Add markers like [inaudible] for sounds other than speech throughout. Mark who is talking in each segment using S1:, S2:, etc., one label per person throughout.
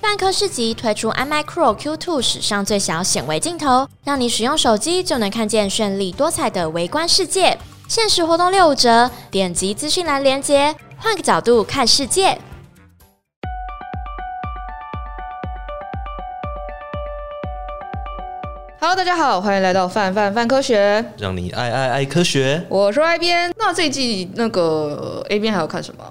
S1: 泛科市集推出 iMac Pro Q2 史上最小显微镜头，让你使用手机就能看见绚丽多彩的微观世界。限时活动六五折，点击资讯栏链接，换个角度看世界。
S2: Hello，大家好，欢迎来到范范范科学，
S3: 让你爱爱爱科学。
S2: 我是 Y 边。那这一季那个呃 A 边还有看什么？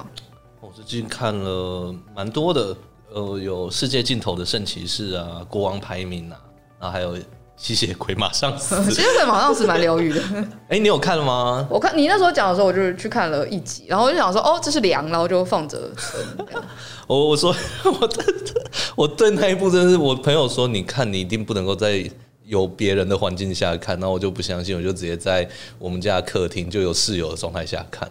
S3: 我最近看了蛮多的，呃，有世界尽头的圣骑士啊，国王排名啊，然后还有吸血鬼马上死。
S2: 呃其实本好像是蛮疗愈的。
S3: 哎、你有看吗？
S2: 我看你那时候讲的时候，我就去看了一集，然后我就想说，哦，这是凉，然后就放着存。这样
S3: 我我说 [laughs] 我真的我对那一部真的是，我朋友说你看你一定不能够在有别人的环境下看，然后我就不相信，我就直接在我们家的客厅就有室友的状态下看。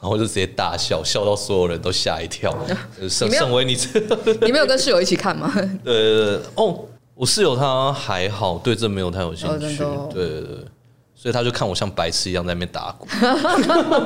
S3: 然后我就直接大笑，笑到所有人都吓一跳。呃
S2: 你
S3: 盛
S2: 没有
S3: 盛威，你这
S2: 你没有跟室友一起看吗？
S3: 对对对，哦，我室友他还好，对这没有太有兴
S2: 哦真
S3: 趣，
S2: 的哦
S3: 对对对，所以他就看我像白痴一样在那边打鼓。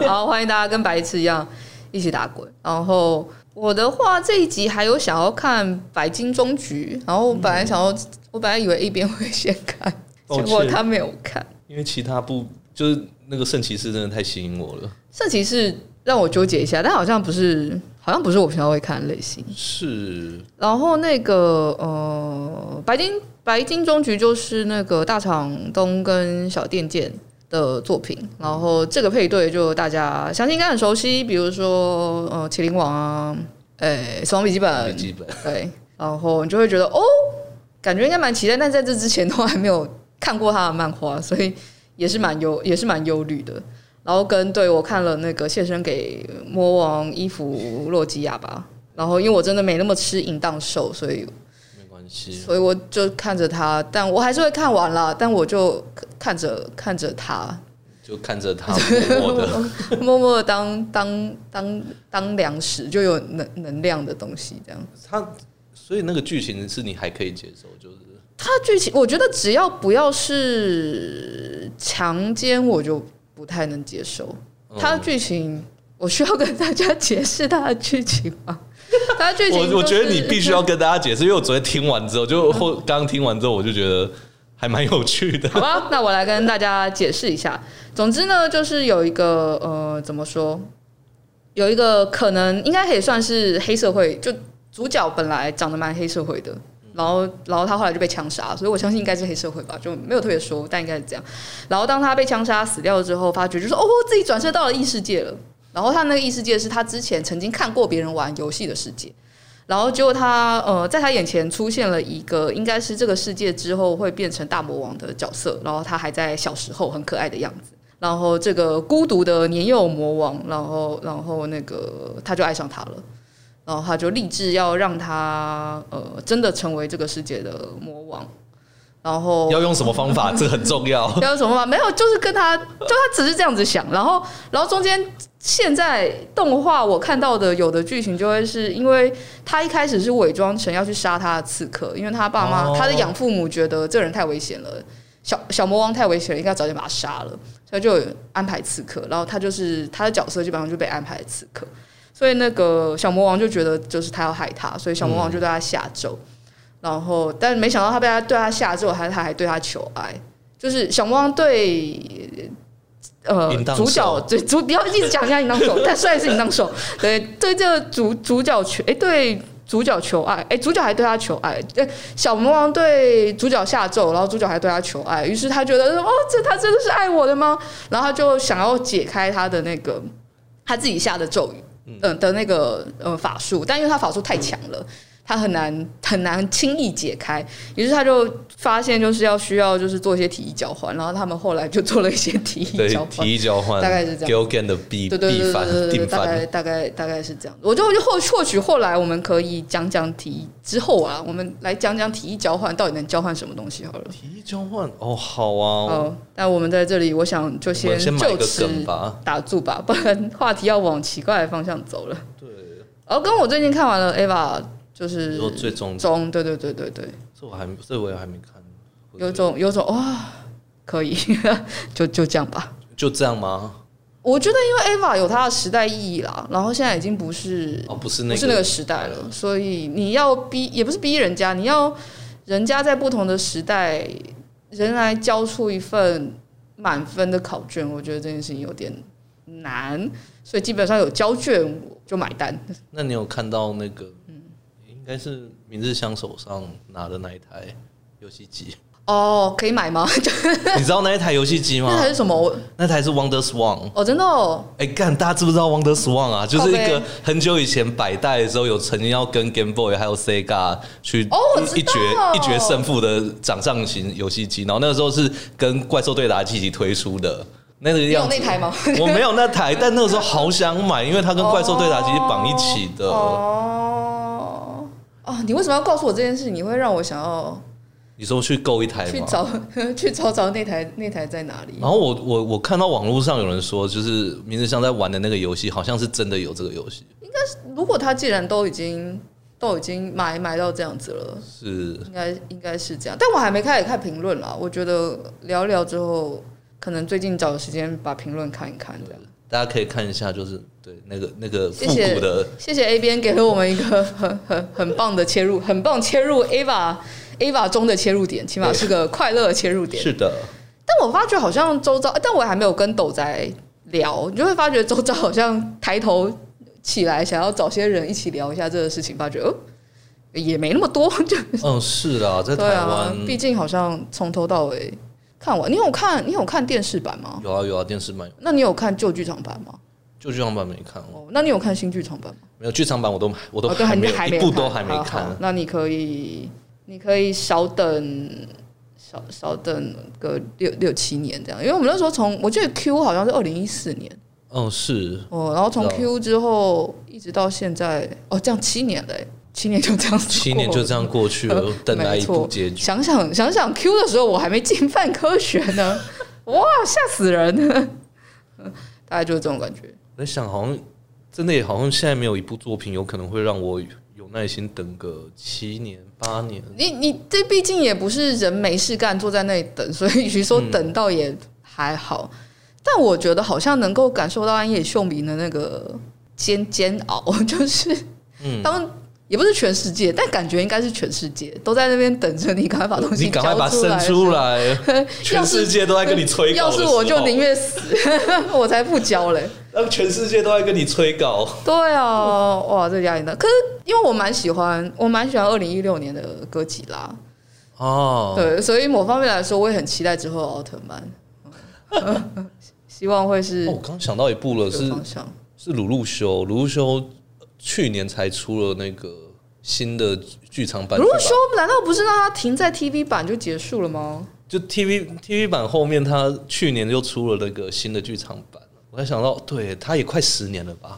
S2: 好，欢迎大家跟白痴一样一起打滚。然后我的话，这一集还有想要看《白金终局》，然后我本来想要，我本来以为 A 边会先看，
S3: 抱
S2: 结
S3: 歉
S2: 果他没有看。
S3: 因为其他部就是那个圣骑士真的太吸引我了，
S2: 圣骑士让我纠结一下，但好像不是，好像不是我平常会看的类型。
S3: 是
S2: 然后那个呃，白金白金终局就是那个大厂东跟小电剑的作品，然后这个配对就大家相信应该很熟悉，比如说呃，麒麟王啊，诶、死亡笔记
S3: 笔
S2: 本，
S3: 记本，
S2: 对，然后你就会觉得哦，感觉应该蛮期待，但在这之前都还没有看过他的漫画，所以也是蛮忧， [laughs] 也是蛮忧虑的。然后跟对我看了那个献身给魔王伊芙洛基亚吧，然后因为我真的没那么吃淫荡兽，所以
S3: 没关系，
S2: 所以我就看着他，但我还是会看完啦，但我就看着看着他， [laughs]
S3: 就看着他默默的
S2: 默默的当当当当粮食，就有能能量的东西这样。
S3: 他，所以那个剧情是你还可以接受，就是
S2: 它剧情，我觉得只要不要是强奸，我就不太能接受。
S3: 哦
S2: 它的剧情，我需要跟大家解释它的剧情
S3: [laughs]
S2: 吗？它的剧情、
S3: 我我觉得你必须要，跟大家解释，因为我昨天听完之后，就后刚听完之后，我就觉得还蛮有趣
S2: [laughs]
S3: 的。
S2: 好吧？那我来跟大家解释一下。总之呢，就是有一个呃，怎么说？有一个可能应该可以算是黑社会，就主角本来长得蛮黑社会的，然后然后他后来就被枪杀，所以我相信应该是黑社会吧，就没有特别说，但应该是这样。然后当他被枪杀死掉之后，发觉就是哦，自己转身到了异世界了。然后他那个异世界是他之前曾经看过别人玩游戏的世界。然后结果他呃，在他眼前出现了一个应该是这个世界之后会变成大魔王的角色，然后他还在小时候很可爱的样子。然后这个孤独的年幼魔王，然后然后那个他就爱上他了，然后他就立志要让他呃真的成为这个世界的魔王。然后
S3: 要用什么方法，这个很重要。
S2: 要有什么吗？没有，就是跟他，就他只是这样子想，然后，然后中间现在动画我看到的有的剧情就会是因为他一开始是伪装成要去杀他的刺客，因为他爸妈、
S3: 哦
S2: 他的养父母觉得这人太危险了，小小魔王太危险了，应该早点把他杀了，所以就有安排刺客，然后他就是他的角色基本上就被安排刺客，所以那个小魔王就觉得就是他要害他，所以小魔王就对他下咒。然后，但是没想到他被他对他下之后，还他还对他求爱，就是小魔王对呃
S3: 淫荡
S2: 主角
S3: 兽
S2: 对主不要一直讲人家淫荡兽，但 [laughs] 虽然是淫荡兽，对对这个主主角求哎对主角求爱，哎主角还对他求爱，对小魔王对主角下咒，然后主角还对他求爱，于是他觉得哦这他真的是爱我的吗？然后他就想要解开他的那个他自己下的咒语，嗯、的那个呃法术，但因为他法术太强了。他很难很难轻易解开，于是他就发现就是要需要就是做一些提议交换，然后他们后来就做了一些提议
S3: 对
S2: 交，换
S3: 提，议交换
S2: 大概是这样
S3: g i l g a n 的必
S2: 对对对
S3: 必
S2: 对
S3: 反
S2: 对对对，
S3: 定
S2: 大
S3: 反
S2: 概大概大概是这样。我就就或或许后来我们可以讲讲提议之后啊，我们来讲讲提议交换到底能交换什么东西好了。
S3: 提议交换哦，好啊，
S2: 好，那我们在这里，我想就
S3: 我们先买
S2: 就
S3: 一个
S2: 此
S3: 梗吧
S2: 打住吧，不然话题要往奇怪的方向走了。
S3: 对，
S2: 然后跟我最近看完了 Ava，就是
S3: 你说最终
S2: 中，对对对对对。
S3: 这我还这我也还没看，
S2: [laughs] 有种有种哇，可以，就就这样吧。
S3: 就这样吗？
S2: 我觉得因为 Ava 有它的时代意义啦，然后现在已经不是
S3: 哦，不是那
S2: 不
S3: 个，
S2: 是那个时代了，所以你要逼也不是逼人家，你要人家在不同的时代仍然交出一份满分的考卷，我觉得这件事情有点难，所以基本上有交卷我就买单。
S3: 那你有看到那个，
S2: 嗯
S3: 应该是明日香手上拿的那一台游戏机？
S2: 哦，可以买吗？
S3: 你知道那一台游戏机吗
S2: [laughs] 那？还是什么？我
S3: 那台是 Wonder Swan。
S2: 哦，真的哦，
S3: 哎、干，大家知不知道 Wonder Swan 啊？就是一
S2: 靠
S3: 个
S2: 背
S3: 很久以前百代的时候，有曾经要跟 Game Boy 还有 Sega 去
S2: 哦我知道
S3: 一决一决胜负的掌上型游戏机，然后那个时候是跟怪兽对打机一起推出的。那个
S2: 你
S3: 样
S2: 有
S3: 子
S2: 那台吗？ [laughs]
S3: 我没有那台，但那个时候好想买，因为它跟怪兽对打机是绑一起的。
S2: 哦哦，你为什么要告诉我这件事？你会让我想要
S3: 你说去购一台
S2: 去
S3: 吗？
S2: 找 [laughs] 去找找那台那台在哪里？
S3: 然后我我我看到网络上有人说，就是明日香在玩的那个游戏，好像是真的有这个游戏，
S2: 如果他既然都已经都已经买买到这样子了，
S3: 是
S2: 应该应该是这样。但我还没开始看评论啦，我觉得聊聊之后，可能最近找个时间把评论看一看这样。
S3: 大家可以看一下，就是对那个那个
S2: 谢
S3: 复
S2: 谢
S3: 古的
S2: 谢谢 A 边给了我们一个 [laughs] 很很很棒的切入，很棒切入 Ava Ava 中的切入点，起码是个快乐的切入点。
S3: 是的，
S2: 但我发觉好像周遭，但我还没有跟斗仔聊，你就会发觉周遭好像抬头起来想要找些人一起聊一下这个事情，发觉哦也没那么多， [laughs] 就
S3: 嗯，是啦，在
S2: 对
S3: 台
S2: 啊
S3: 湾、，
S2: 毕竟好像从头到尾看完。你有看你有看电视版吗？
S3: 有啊有啊，电视版有，
S2: 那你有看旧剧场版吗？
S3: 就剧场版没看，
S2: 哦，那你有看新剧场版吗？
S3: 没有剧场版我都我都
S2: 哦对
S3: 还没有、
S2: 还
S3: 一
S2: 没
S3: 部都还没
S2: 好好
S3: 看，
S2: 那你可以你可以少等少少等个六六七年这样，因为我们那时候从我记得 Q 好像是二零一四年。
S3: 嗯，是
S2: 哦，然后从
S3: 知道
S2: Q 之后一直到现在，哦，这样七年嘞，七年就这样子过了，
S3: 七年就这样过去
S2: [laughs]
S3: 了，等来一部结局。
S2: 想想想想 Q 的时候，我还没进犯科学
S3: [laughs]
S2: 呢，哇，吓死人 [laughs] 了！大概就是这种感觉。
S3: 我在想，好像真的也好像现在没有一部作品有可能会让我有耐心等个七年八年。
S2: 你你这毕竟也不是人没事干坐在那里等，所以与其说
S3: 嗯
S2: 等到也还好，但我觉得好像能够感受到安野秀明的那个煎煎熬， [laughs] 就是
S3: 嗯
S2: 他们也不是全世界，但感觉应该是全世界都在那边等着你，赶快把东西
S3: 你赶快把
S2: 交
S3: 生
S2: 来。
S3: 出来，
S2: [laughs]
S3: 全世界都在跟你催稿
S2: 要
S3: 的时
S2: 是
S3: 候。
S2: 我就宁愿死， [laughs] 我才不交嘞。
S3: 让全世界都在跟你催稿。
S2: [laughs] 对啊，哇，这个压力大。可是因为我蛮喜欢，我蛮喜欢二零一六年的哥吉拉，
S3: 哦，
S2: 对，所以某方面来说，我也很期待之后的奥特曼，
S3: [laughs]
S2: 希望会是
S3: 哦我刚想到一部了，
S2: 这个
S3: 是
S2: 方向。
S3: 是鲁路修，鲁路修去年才出了那个新的剧场版，
S2: 如果
S3: 对吧
S2: 说难道不是让它停在 TV 版就结束了
S3: [laughs]
S2: 吗？
S3: 就 TV TV 版后面，他去年就出了那个新的剧场版。我才想到，对，他也快十年了吧？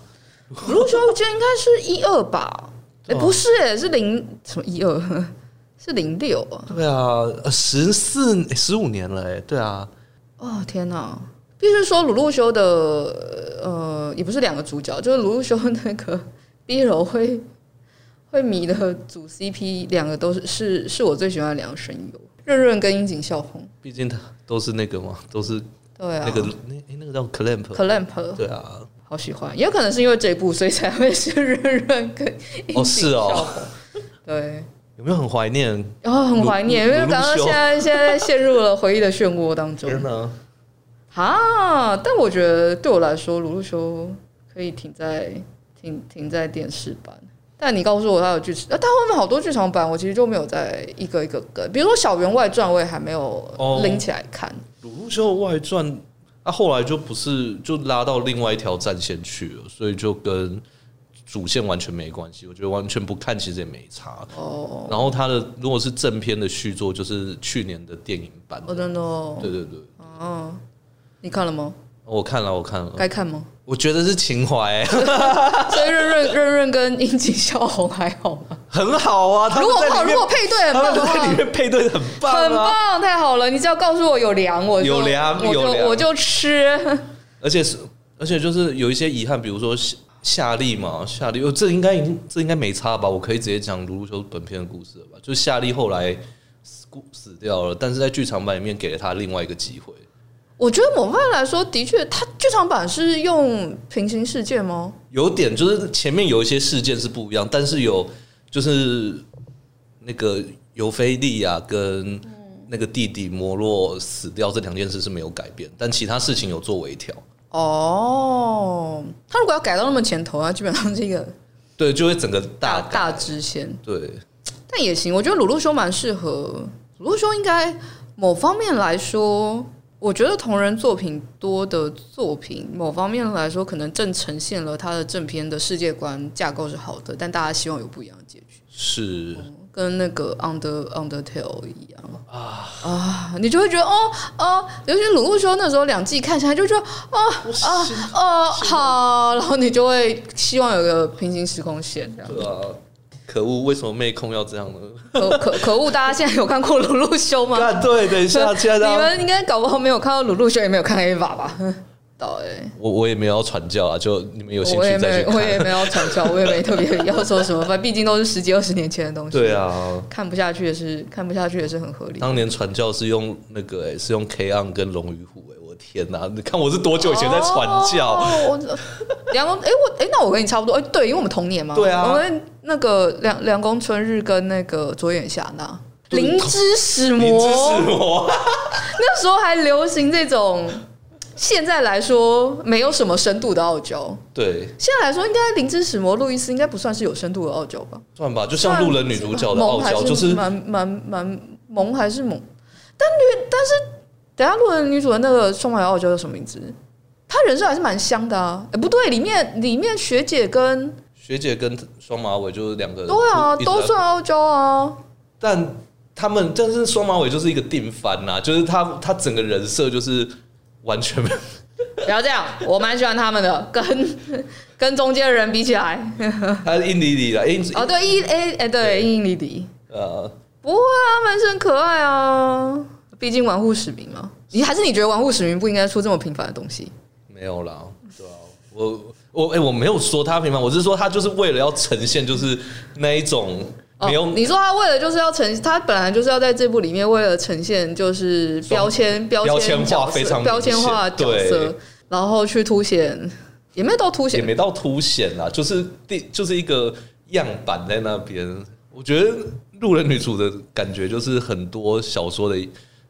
S2: 如果说我觉得应该是一二吧，哎、
S3: 哦
S2: 不是、哎，是零什么一二， [laughs] 是零六啊！
S3: 对啊，十四十五年了、哎，对啊，
S2: 哦天哪！必须说鲁路修的呃，也不是两个主角，就是鲁路修那个 [laughs] B 柔会会迷的组 CP，两个都是是是我最喜欢的两个声优，润润跟樱井孝宏。
S3: 毕竟他都是那个嘛，都是
S2: 对啊，
S3: 那个、那、哎那个叫 clamp，
S2: Clamp
S3: 对啊，
S2: 好喜欢，也可能是因为这一部，所以才会是润润跟樱
S3: 哦是哦
S2: 井孝宏，对，
S3: 有没有很怀念？
S2: 然后很怀念，因为
S3: 鲁鲁
S2: 感到
S3: 修
S2: 现在现在陷入了回忆的漩涡当中
S3: 天哪！
S2: 啊！但我觉得对我来说，鲁鲁修可以停在停停在电视版。但你告诉我他有剧场，啊，他后面好多剧场版，我其实就没有在一个一个跟，比如说《小员外传》，我也还没有
S3: 哦
S2: 拎起来看。
S3: 鲁路修的外传，他、后来就不是就拉到另外一条战线去了，所以就跟主线完全没关系。我觉得完全不看其实也没差。
S2: 哦，
S3: 然后他的如果是正片的续作，就是去年的电影版
S2: 我
S3: 的。
S2: 真的哦，
S3: 对对对，
S2: 你看了吗？
S3: 我看了，我看了，
S2: 该看
S3: [laughs]
S2: 吗？
S3: 我觉得是情怀、欸
S2: 所以润润润润跟樱井孝宏还好吗？
S3: 很好啊。他
S2: 如
S3: 们
S2: 果
S3: 在
S2: 哦，
S3: 里
S2: 如
S3: 面
S2: 果，配对很
S3: 他
S2: 棒
S3: 们
S2: 的话
S3: 在，里面配对很棒
S2: 很
S3: 啊，
S2: 棒，太好了！你只要告诉我有粮，我就
S3: 有粮
S2: 我就
S3: 有粮
S2: 我就吃。
S3: 而且是而且就是有一些遗憾，比如说夏夏利嘛，夏利，哦，这应该已经这应该没差吧？我可以直接讲卢卢修本片的故事了吧？就是夏利后来死死掉了，但是在剧场版里面给了他另外一个机会，
S2: 我觉得某方面来说，的确，它剧场版是用平行世界吗？
S3: 有点就是前面有一些事件是不一样，但是有就是那个尤菲利亚跟那个弟弟摩洛死掉这两件事是没有改变，但其他事情有做微调。
S2: 哦，它如果要改到那么前头啊，基本上是一个
S3: 对，就会整个
S2: 大
S3: 大改
S2: 大支线。
S3: 对，
S2: 但也行，我觉得鲁鲁修蛮适合。鲁鲁修应该某方面来说，我觉得同人作品多的作品，某方面来说可能正呈现了他的正片的世界观架构是好的，但大家希望有不一样的结局，
S3: 是
S2: 跟那个 Under Undertale 一样啊啊，你就会觉得哦哦，尤其鲁路修那时候两季看起来就觉得哦哦好，然后你就会希望有个平行时空线
S3: [laughs]
S2: 这样。
S3: 对啊。可恶，为什么妹控要这样呢？ [laughs]
S2: 可可可恶！大家现在有看过鲁路修吗？
S3: 啊，对，啊等
S2: [laughs]
S3: 一下，亲爱
S2: 你
S3: 的，
S2: 们应该搞不好没有看到鲁路修，也没有看 Ava 吧？ [laughs] 到哎、
S3: 我我也没有要传教啊，就你们有兴
S2: 我也
S3: 趣再
S2: 没
S3: 去
S2: 我也
S3: 看。
S2: 没有传教， [laughs] 我也没特别要说什么，反正毕竟都是十几二十年前的东西。
S3: 对，啊，
S2: 看不下去也是看不下去也是很合理。
S3: 当年传教是用那个、欸，是用 K on 跟龙与虎、欸，我的天哪、你看我是多久以前在传教？
S2: 哦、我梁公哎、我哎、那我跟你差不多哎、对，因为我们同年嘛。
S3: 对啊
S2: 我们那个梁梁公春日跟那个左眼霞那
S3: 对
S2: 灵之使 [laughs] 魔，
S3: 你支持我？
S2: 那时候还流行这种，现在来说没有什么深度的傲娇。
S3: 对，
S2: 现在来说，应该灵芝史摩路易斯应该不算是有深度的傲娇吧？
S3: 算吧，就像路人女主角的傲娇，
S2: 萌还
S3: 就是
S2: 蛮蛮蛮萌还是萌，但女但是等一下路人女主的那个双马尾傲娇叫什么名字？她人设还是蛮香的啊！哎、不对，里面里面学姐跟
S3: 学姐跟双马尾就是两个人，
S2: 对啊，
S3: 呃一直
S2: 都算傲娇啊。
S3: 但他们但是双马尾就是一个定番呐、就是他他整个人设就是完全没有
S2: [laughs] 不要这样，我蛮喜欢他们的，跟跟中间的人比起
S3: [laughs]
S2: 来，
S3: 他是印尼里来，印
S2: 哦，对，伊哎哎，对，英英丽迪。
S3: 呃，
S2: 不会啊，蛮是很可爱啊。毕竟玩物使民嘛，你还是你觉得玩物使民不应该出这么平凡的东西？
S3: 没有啦，对啊，我我哎、我没有说他平凡，我是说他就是为了要呈现就是那一种没有、
S2: 哦你说他为了就是要呈，他本来就是要在这部里面为了呈现就是标签标
S3: 标签
S2: 签
S3: 化
S2: 角色
S3: 非常明显
S2: 标签化的角色
S3: 对，
S2: 然后去凸显，也没有到凸
S3: 也
S2: 显，
S3: 没到凸显啦，就是第就是一个样板在那边。我觉得路人女主的感觉就是很多小说的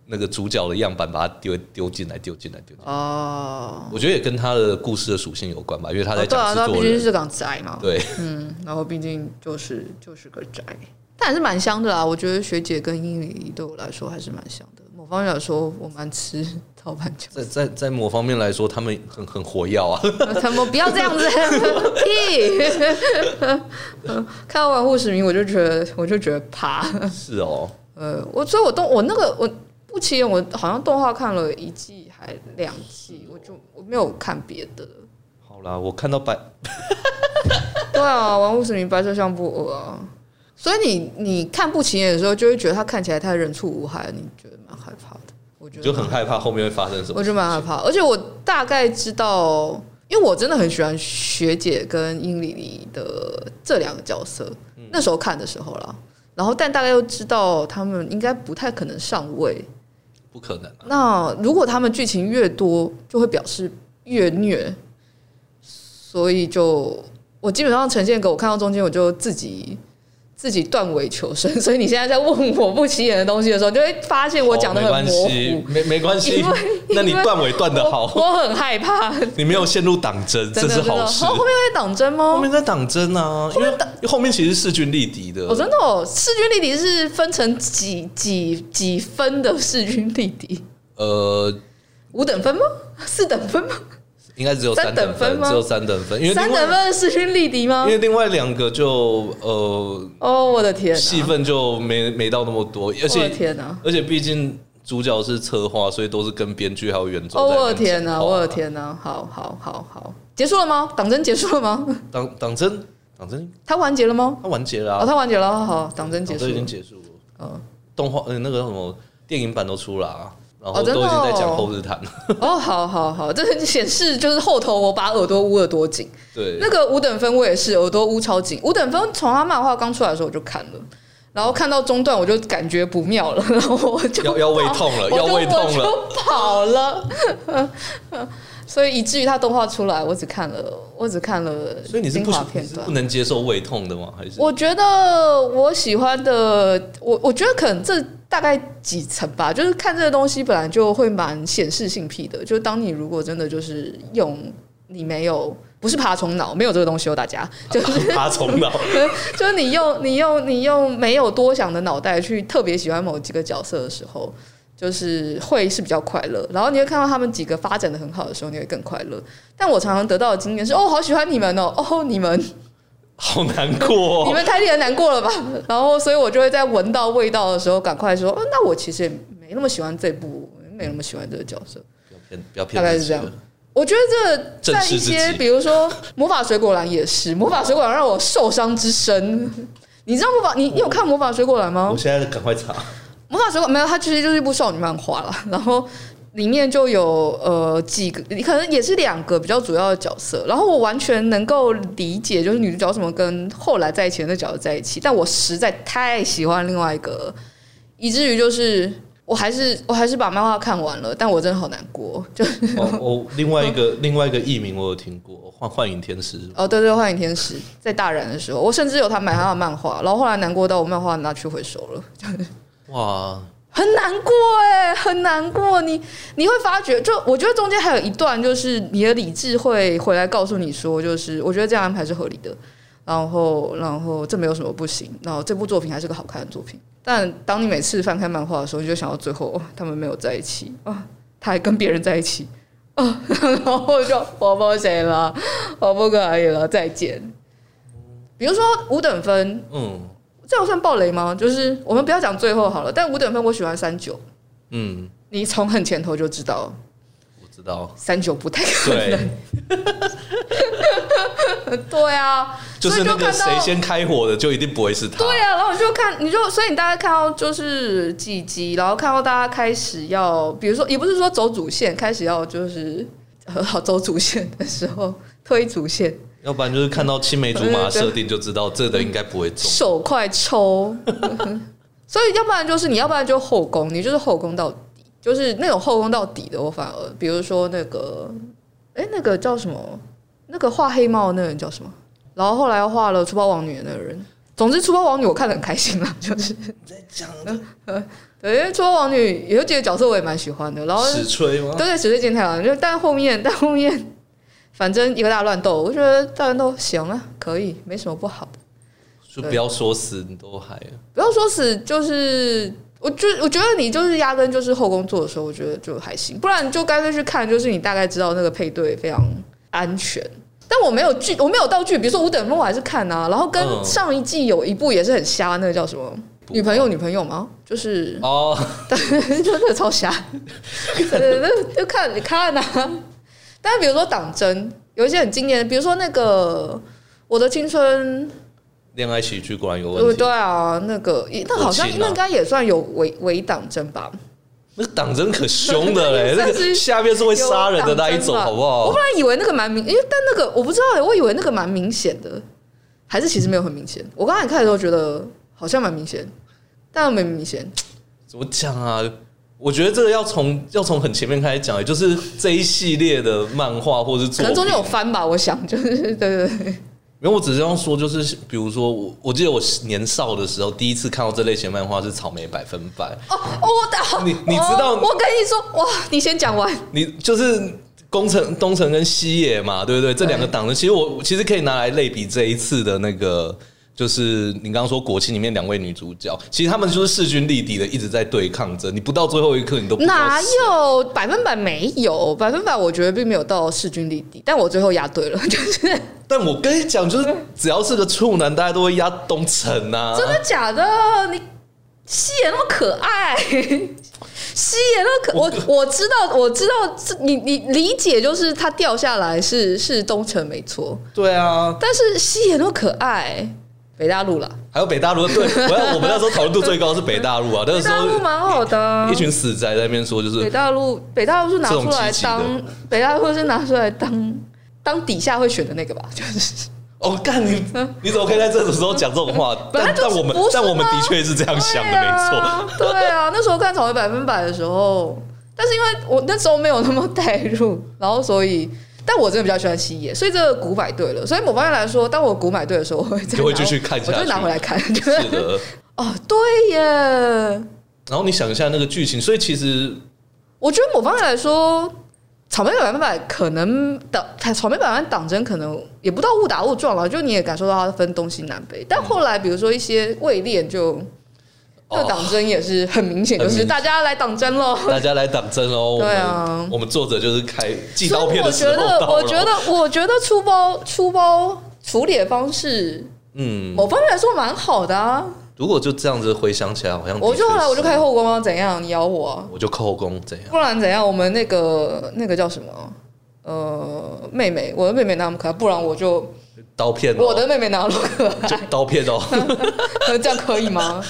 S3: 那个主角的样板，把它丢丢进来，丢进来，丢进来。
S2: 哦。
S3: 我觉得也跟她的故事的属性有关吧，因为她在
S2: 哦对啊，
S3: 讲制
S2: 他毕
S3: 作
S2: 竟
S3: 人。
S2: 是港宅嘛，
S3: 对，
S2: 嗯，然后毕竟就是就是个宅，但还是蛮香的啦。我觉得学姐跟英里对我来说还是蛮香的。某方面来说，我蛮吃套板
S3: [laughs]
S2: 角色
S3: 在在在某方面来说，他们很很活跃啊。 [laughs]
S2: 他们不要这样子， [laughs] 屁！ [laughs] 看到玩护使民，我就觉得，我就觉得怕。
S3: 是哦，
S2: 呃，我所以，我动我那个我不起眼，我好像动画看了一季还两季，我就我没有看别的。
S3: 好啦，我看到白
S2: 对啊，玩护使民白色相不恶啊。所以你你看不起眼的时候，就会觉得他看起来太人畜无害，你觉得蛮害怕的。我觉得
S3: 就很害怕后面会发生什么
S2: 我。就蛮害怕，而且我大概知道，因为我真的很喜欢学姐跟英里里的这两个角色，
S3: 嗯
S2: 那时候看的时候啦。然后，但大概又知道他们应该不太可能上位。
S3: 不可能，
S2: 那如果他们剧情越多，就会表示越虐，所以就我基本上呈现给我看到中间，我就自己自己断尾求生。 [laughs] 所以你现在在问我不起眼的东西的时候，你就会发现我讲的
S3: 好
S2: 很
S3: 没关
S2: 模糊。
S3: [laughs] 系，没没关系
S2: 因为。
S3: [laughs] 那你
S2: 因为
S3: 断尾断的
S2: 我
S3: 好，
S2: 我很害怕，
S3: 你没有陷入党争，
S2: 真
S3: 这
S2: 的
S3: 是
S2: 真的
S3: 好事
S2: 哦。后面在党争
S3: 后
S2: 吗？
S3: 面在党争啊，因为后面其实势均力敌的。
S2: 我真的哦，势均力敌是分成几几几分的势均力敌？
S3: 呃，
S2: 五等分吗？四等分吗？
S3: 应该只有
S2: 三
S3: 三
S2: 等
S3: 等
S2: 分
S3: 分，
S2: 吗
S3: 只有三等分，因为
S2: 三
S3: 另
S2: 等
S3: 外
S2: 分的势均力敌吗
S3: 因？为另外两个就呃
S2: 哦，我的天、
S3: 戏
S2: 啊！
S3: 份就没没到那么多，而
S2: 我的
S3: 且
S2: 天啊！
S3: 而且毕竟主角是策划，所以都是跟编剧还有原
S2: 哦，
S3: 作在那边讲话。
S2: 我的天
S3: 啊
S2: 呐，我的天呐，好好好好，结束了吗？党争结束了吗？ [laughs]
S3: 党党争党争
S2: 它完结了吗？
S3: 它完结了
S2: 哦，
S3: 啊，
S2: 它完结了，好好，党争结
S3: 党
S2: 束
S3: 争已经
S2: 了。
S3: 结束了，
S2: 哦
S3: 动画呃那个什么电影版都出了啊，然后
S2: 哦真的
S3: 都已经在讲
S2: 哦
S3: 后日谈了， [laughs]
S2: 哦，好好好，这显示就是后头我把耳朵捂得多紧。
S3: 对
S2: 那，个五等分我也是耳朵捂超紧，五等分从他漫画刚出来的时候我就看了，然后看到中段我就感觉不妙了， [laughs] 然后我就
S3: 要要胃痛了，要胃
S2: 我
S3: 痛
S2: 就
S3: 了。
S2: 我就跑了。 [laughs] 所以以至于他动画出来，我只看了，我只看了
S3: 所以你是
S2: 精
S3: 不
S2: 华
S3: 喜
S2: 片
S3: 你是
S2: 段
S3: 不。能接受胃痛的吗？还是
S2: 我觉得我喜欢的，我我觉得可能这大概几层吧，就是看这个东西本来就会蛮显示性癖的，就当你如果真的就是用你没有不是爬虫脑，没有这个东西哦，大家 [laughs] 就是
S3: [laughs] 爬虫脑？
S2: 就是你用你用你用没有多想的脑袋去特别喜欢某几个角色的时候，就是会是比较快乐。然后你会看到他们几个发展的很好的时候，你会更快乐。但我常常得到的经验是，哦，好喜欢你们哦，哦，你们
S3: 好难过、
S2: 你
S3: 哦。
S2: 们太令人难过了吧？ [laughs] 然后，所以我就会在闻到味道的时候，赶快说，哦，那我其实也没那么喜欢这部，没那么喜欢这个角色。
S3: 不要
S2: 大
S3: 骗，
S2: 概是这样我觉得这在一
S3: 正视自
S2: 些，
S3: 己
S2: 比如说魔法水果篮也是，魔法水果篮让我受伤之深。你知道魔法？你你有看魔法水果篮吗
S3: 我？现在赶快查，
S2: 魔法水果没有，它其实就是一部少女漫画啦。 [laughs] 然后里面就有呃几个，可能也是两个比较主要的角色。然后我完全能够理解，就是女主角为什么跟后来在一起的那角色在一起，但我实在太喜欢另外一个了，以至于就是我还是我还是把漫画看完了，但我真的好难过，就 [laughs]
S3: 哦，我另外一个另外一个艺名我有听过，幻幻影天使。
S2: 哦，对对，幻影天使在大然的时候，我甚至有他买他的漫画，然后后来难过到我漫画拿去回收了，
S3: 哇，
S2: 很难过哎、很难过。你你会发觉，就我觉得中间还有一段，就是你的理智会回来告诉你说，就是我觉得这样安排是合理的，然后然后这没有什么不行，然后这部作品还是个好看的作品。但当你每次翻开漫画的时候，你就想到最后、哦他们没有在一起啊，他还跟别人在一起啊，然后我就我不行了，我不可以了，再见。比如说五等分，
S3: 嗯
S2: 这样算暴雷吗？就是我们不要讲最后好了，但五等分我喜欢三九，
S3: 嗯，
S2: 你从很前头就知道。
S3: 我知道
S2: 三九不太可 [laughs]
S3: 对，
S2: 能。 [laughs] 对啊，
S3: 就是那个
S2: 所以就看
S3: 谁
S2: 到。
S3: 先开火的，就一定不会是他。
S2: 对啊，然后你就看，你就所以你大概看到就是几集，然后看到大家开始要，比如说也不是说走主线，开始要就是呃好走主线的时候推主线，
S3: 要不然就是看到青梅竹马的设定就知道这个应该不会中。
S2: 手快抽。 [laughs] 所以要不然就是你要不然就后宫，你就是后宫到底，就是那种后宫到底的，我反而比如说那个，哎、那个叫什么？那个画黑帽的那个人叫什么？然后后来又画了出包王女的那个人。总之，出包王女我看得很开心啦， [laughs] 就是在讲的。 [laughs] 对，因为出包王女有几个角色我也蛮喜欢的，然后
S3: 史吹吗？
S2: 都在纸醉金太郎，就但后面但后面，反正一个大乱斗，我觉得大乱斗行啊，可以，没什么不好。
S3: 就不要说死，你都还
S2: 不要说死，就是我就我觉得你就是压根就是后工作的时候，我觉得就还行，不然你就干脆去看，就是你大概知道那个配对非常安全。但我没有剧，我没有道具，比如说五等分我还是看啊，然后跟
S3: 嗯
S2: 上一季有一部也是很瞎，那个叫什么？
S3: 不
S2: 女朋友，女朋友吗？就是，
S3: 哦，
S2: 就那个超瞎，对，那就看你看啊。但比如说党争，有一些很经典的，比如说那个《我的青春》
S3: 恋爱喜剧果然有
S2: 对
S3: 问题
S2: 对。啊，那个也那好像
S3: 我信啊
S2: 那应该也算有违违党争吧？
S3: 那个党真可凶
S2: [laughs]
S3: 的嘞，那
S2: 但是
S3: 个下面是会杀人的那一
S2: 有党争
S3: 种，
S2: 吧
S3: 好不
S2: 我
S3: 好
S2: 本？来以为那个蛮明，因为但那个我不知道、欸，我以为那个蛮明显的，还是其实没有很明显。我刚才看的时候觉得好像蛮明显，但没明显。
S3: 怎么讲啊？我觉得这个要从要从很前面开始讲，也欸就是这一系列的漫画或是
S2: 可
S3: 作
S2: 能
S3: 品
S2: 中间有翻吧，我想就是对对
S3: 嗯
S2: 对，
S3: 没有，我只是这样说，就是比如说我，我记得我年少的时候，第一次看到这类型漫画是《草莓百分百》，
S2: 哦，我打
S3: 你你知道
S2: 哦我跟你说，哇，你先讲完，
S3: 你就是工程东城跟西野嘛，对不对？这两个党呢，其实我我其实可以拿来类比这一次的那个。就是你刚刚说国庆里面两位女主角，其实她们就是势均力敌的，一直在对抗着。你不到最后一刻，你都不知道
S2: 哪
S3: 是
S2: 有百分百没有百分百？我觉得并没有到势均力敌，但我最后押对了，就是
S3: 但我跟你讲，就是只要是个处男，大家都会压东城啊。
S2: 真的假的？你西野那么可
S3: [laughs]
S2: 爱，西野那么可，我我知道，我知道，这你你理解就是他掉下来是是东城没错，
S3: 对啊，
S2: 但是西野那么可爱，北大陆啦，
S3: 还有北大陆，对，我要我们那时候讨论度最高是北大陆啊，
S2: 北
S3: 那个时
S2: 大陆
S3: 候
S2: 蛮好的啊、
S3: 一群死宅在那边说，就是
S2: 北大陆北大陆是拿出来
S3: 这种积极的
S2: 当北大陆是拿出来当当底下会选的那个吧，就是
S3: 哦，干你，你怎么可以在这种时候讲这种话？
S2: 本来
S3: 但
S2: 就
S3: 但
S2: 是
S3: 我们
S2: 不是
S3: 但我们
S2: 吗
S3: 的确是这样想的，没错。
S2: 没错。对啊，那时候看《草莓百分百》的时候，但是因为我那时候没有那么代入，然后所以。但我真的比较喜欢七爷，所以这个股买对了。所以某方面来说，当我股买对的时候，我会再
S3: 就会
S2: 拿
S3: 继续看下
S2: 我就会拿
S3: 去
S2: 回来看。
S3: 是的。
S2: [laughs] 哦，对耶，
S3: 然后你想一下那个剧情，所以其实
S2: 我觉得某方面来说，草莓百分百可能党草莓百分百党争可能也不到误打误撞了，就你也感受到它分东西南北。但后来比如说一些位列就。
S3: 哦
S2: 这个党争也是很明显，
S3: 很
S2: 就是
S3: 明显
S2: 大家来党争喽。
S3: 大家来党争哦，我
S2: [laughs] 对
S3: 们、
S2: 啊
S3: 我们作者就是开寄
S2: 所
S3: 刀
S2: 以
S3: 片
S2: 我
S3: 的时
S2: 觉
S3: [laughs] 候到
S2: 得，
S3: 了，
S2: 我觉得，我觉得出包出包处理的方式，
S3: 嗯，
S2: 某方面来说蛮好的啊。
S3: 如果就这样子回想起来，好像的
S2: 我就
S3: 确
S2: 后来我就是开后宫啊，怎样？你咬我、啊，
S3: 我就扣工怎样？
S2: 不然怎样？我们那个那个叫什么？呃，妹妹，我的妹妹那么可爱，不然我就
S3: 刀片、哦，
S2: 我的嗯妹妹哪么可爱，
S3: 就刀片
S2: [laughs]
S3: 哦，
S2: 这样可以吗？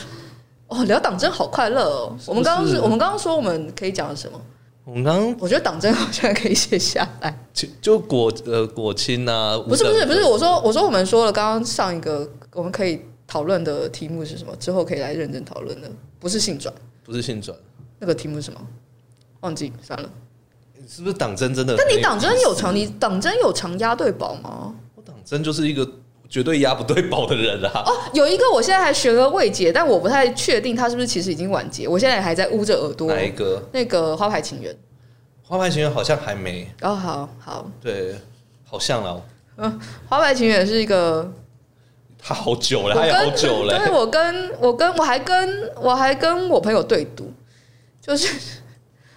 S2: 哦，聊党争好快乐哦！我们刚刚
S3: 是
S2: 是我们刚刚说我们可以讲什么？
S3: 我们刚刚
S2: 我觉得党争好像可以写下来。 [laughs]
S3: 就就果呃果青啊，
S2: 不是不
S3: 五
S2: 是
S3: 等
S2: 不是，我说我说我们说了，刚刚上一个我们可以讨论的题目是什么？之后可以来认真讨论的，不是性转，
S3: 不是性转，
S2: 那个题目是什么？忘记算了。
S3: 是不是党争真的？
S2: 呃但你党争有常，你党争有常押对宝吗？
S3: 我党争就是一个绝对压不对宝的人
S2: [laughs]
S3: 啊，
S2: 哦，有一个我现在还悬而未解，但我不太确定他是不是其实已经完结，我现在还在捂着耳朵
S3: 哪。一个？
S2: 那个花牌情缘，
S3: 花牌情缘好像还没，
S2: 哦，好好，
S3: 对，好像啊，
S2: 花牌情缘是一个
S3: 他好久了，
S2: 我
S3: 他也好
S2: 跟
S3: 久了、
S2: 对，我跟我跟我还跟我还跟我朋友对赌，就是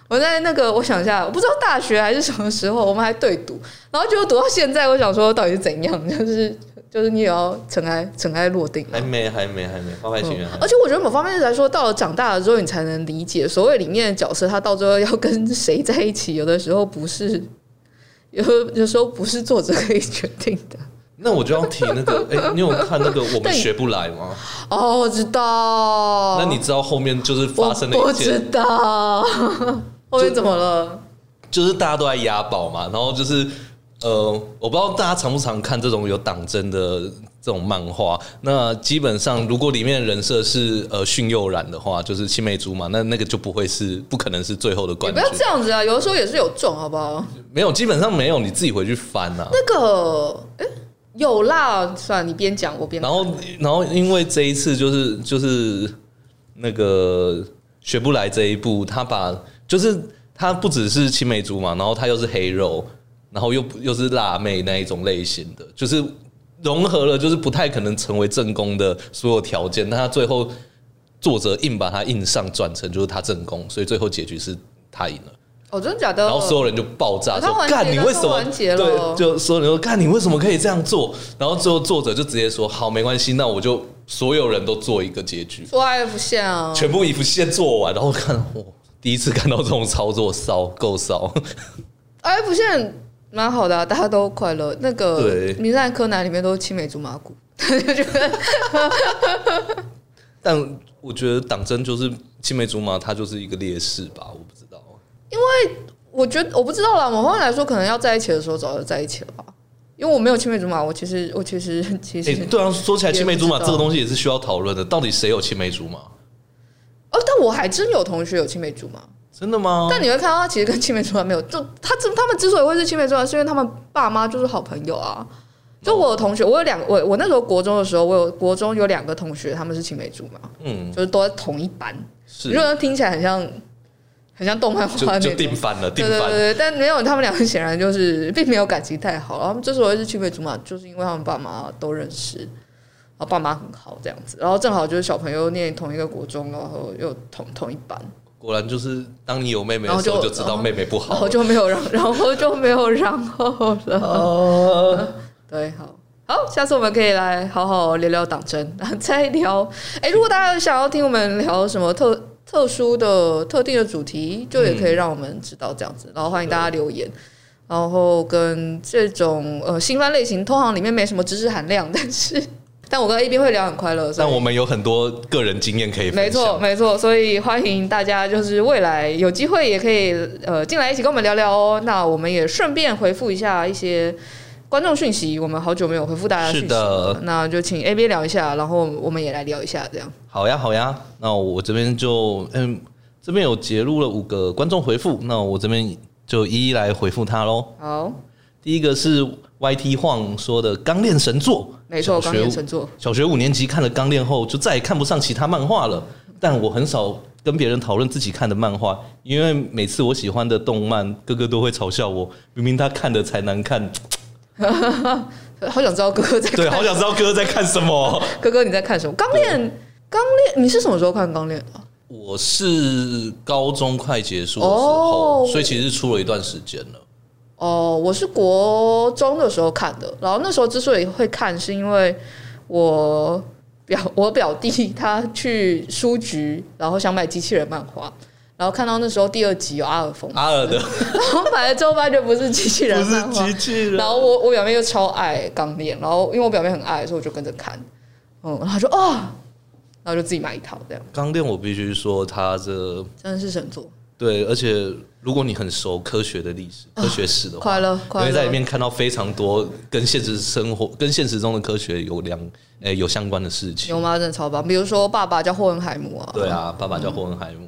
S2: 我在那个我想一下，我不知道大学还是什么时候，我们还对赌，然后结果赌到现在，我想说到底是怎样，就是就是你也要尘埃尘埃落定嘛
S3: 还没，还没，还没，花牌情缘还没
S2: 嗯而且我觉得某方面来说，到了长大了之后，你才能理解所谓里面的角色，他到最后要跟谁在一起，有的时候不是，有有时候不是作者可以决定的。
S3: 那我就要提那
S2: [laughs]
S3: 个，哎、你有看那个《我们
S2: 对
S3: 学不来》吗？
S2: 哦，我知道。
S3: 那你知道后面就是发生了
S2: 我
S3: 一
S2: 不知
S3: 件， [laughs]
S2: 道后面怎么了？
S3: 就是大家都在押宝嘛，然后就是呃，我不知道大家常不常看这种有党争的这种漫画。那基本上，如果里面的人设是呃训诱染的话，就是青梅竹马，那那个就不会是不可能是最后的
S2: 你
S3: 冠
S2: 不
S3: 军
S2: 要。这样子啊！有的时候也是有撞，好不好？
S3: 没有，基本上没有，你自己回去翻啊。
S2: 那个，哎、有啦，算了，你边讲我边
S3: 然后，然后因为这一次就是就是那个学不来这一部，他把就是他不只是青梅竹马，然后他又是黑肉，然后又又是辣妹那一种类型的，就是融合了，就是不太可能成为正宫的所有条件，但他最后作者硬把他硬上转成就是他正宫，所以最后结局是他赢了。
S2: 哦，真的假的？
S3: 然后所有人就爆炸
S2: 哦他
S3: 说
S2: 完：“结了
S3: 干你为什
S2: 他
S3: 么？”
S2: 完结了
S3: 对，就所有人说：“干你为什么可以这样做？”然后最后作者就直接说：“好，没关系，那我就所有人都做一个结局，
S2: 说爱不像啊，
S3: 全部一副线做完。”然后看我第一次看到这种操作，骚够骚。 [laughs]
S2: 爱哎不像蛮好的、啊，大家都快乐。那个
S3: 对
S2: 《名侦探柯南》里面都是青梅竹马骨，
S3: 但我觉得党争就是青梅竹马，它就是一个劣势吧，我不知道。
S2: 我觉得我不知道啦。某方面来说，可能要在一起的时候早就在一起了吧。因为我没有青梅竹马，我其实我其实其实、
S3: 哎、对啊，说起来青梅竹马
S2: 也不知道
S3: 这个东西也是需要讨论的，到底谁有青梅竹马？
S2: 哦，但我还真有同学有青梅竹马。
S3: 真的吗？
S2: 但你会看到他其实跟青梅竹马没有，就他之他们之所以会是青梅竹马，是因为他们爸妈就是好朋友啊。就我有同学，我有两我我那时候国中的时候，我有国中有两个同学，他们是青梅竹马，
S3: 嗯，
S2: 就是都在同一班。
S3: 是
S2: 如果听起来很像很像动漫
S3: 就
S2: 画那
S3: 就
S2: 种，
S3: 定翻了，定
S2: 对对
S3: 翻。
S2: 对，但没有他们两个显然就是并没有感情太好，然后他们之所以是青梅竹马，就是因为他们爸妈都认识，然后爸妈很好这样子，然后正好就是小朋友念同一个国中，然后又同同一班，
S3: 果然就是当你有妹妹
S2: 然
S3: 的
S2: 后
S3: 时
S2: 就
S3: 候，就知道妹妹不
S2: 然
S3: 好
S2: 后
S3: 了。
S2: 就没有 [laughs] 然后，然后就没有然后了。
S3: 呃，
S2: 对，好。好，下次我们可以来好好聊聊党争， [laughs] 然后再聊。哎、如果大家有想要听我们聊什么特特殊的、特定的主题，就也可以让我们知道这样子。然后欢迎大家留言，然后跟这种呃新番类型，通常里面没什么知识含量，但是 [laughs] 但我跟 A B 会聊很快乐，所以
S3: 但我们有很多个人经验可以分享。
S2: 没错，，没错，所以欢迎大家，就是未来有机会也可以呃进来一起跟我们聊聊哦。那我们也顺便回复一下一些观众讯息，我们好久没有回复大家讯息
S3: 是的
S2: 了，那就请 A B 聊一下，然后我们也来聊一下，这样
S3: 好呀，好呀，那我这边就嗯，这边有截录了五个观众回复，那我这边就一一来回复他喽。
S2: 好，
S3: 第一个是 YT 晃说的《钢炼神作》，
S2: 没错，
S3: 小
S2: 刚
S3: 学
S2: 练
S3: 五
S2: 神作，
S3: 小学五年级看了《钢炼》后，就再也看不上其他漫画了。但我很少跟别人讨论自己看的漫画，因为每次我喜欢的动漫，哥哥都会嘲笑我，明明他看的才难看。
S2: 好想知道哥哥 [laughs] 在看，
S3: 对，好想知道哥哥在看什么。
S2: 哥哥你在看什么？刚练，刚练，你是什么时候看刚练的？
S3: 我是高中快结束的时候，
S2: 哦
S3: 所以其实出了一段时间了。
S2: 哦，我是国中的时候看的，然后那时候之所以会看，是因为我表我表弟他去书局，然后想买机器人漫画，然后看到那时候第二集有阿尔峰，
S3: 阿尔的
S2: [laughs] 然后买了之后发觉不是机器人
S3: [laughs] 不是 [laughs]
S2: 漫画，
S3: 机器人，
S2: 然后我我表妹又超爱钢炼，然后因为我表妹很爱，所以我就跟着看，嗯，然后她说啊、然后就自己买一套，这样
S3: 钢炼我必须说它这
S2: 真的是神作，
S3: 对，而且如果你很熟科学的历史、科学史的 [laughs] 话，
S2: 快乐
S3: 你
S2: 快
S3: 会在里
S2: 乐，
S3: 面看到非常多跟现实生活、跟现实中的科学有两诶、有相关的事情。
S2: 牛妈真的超棒，比如说爸爸叫霍恩海姆啊，
S3: 对啊，爸爸叫霍恩海姆，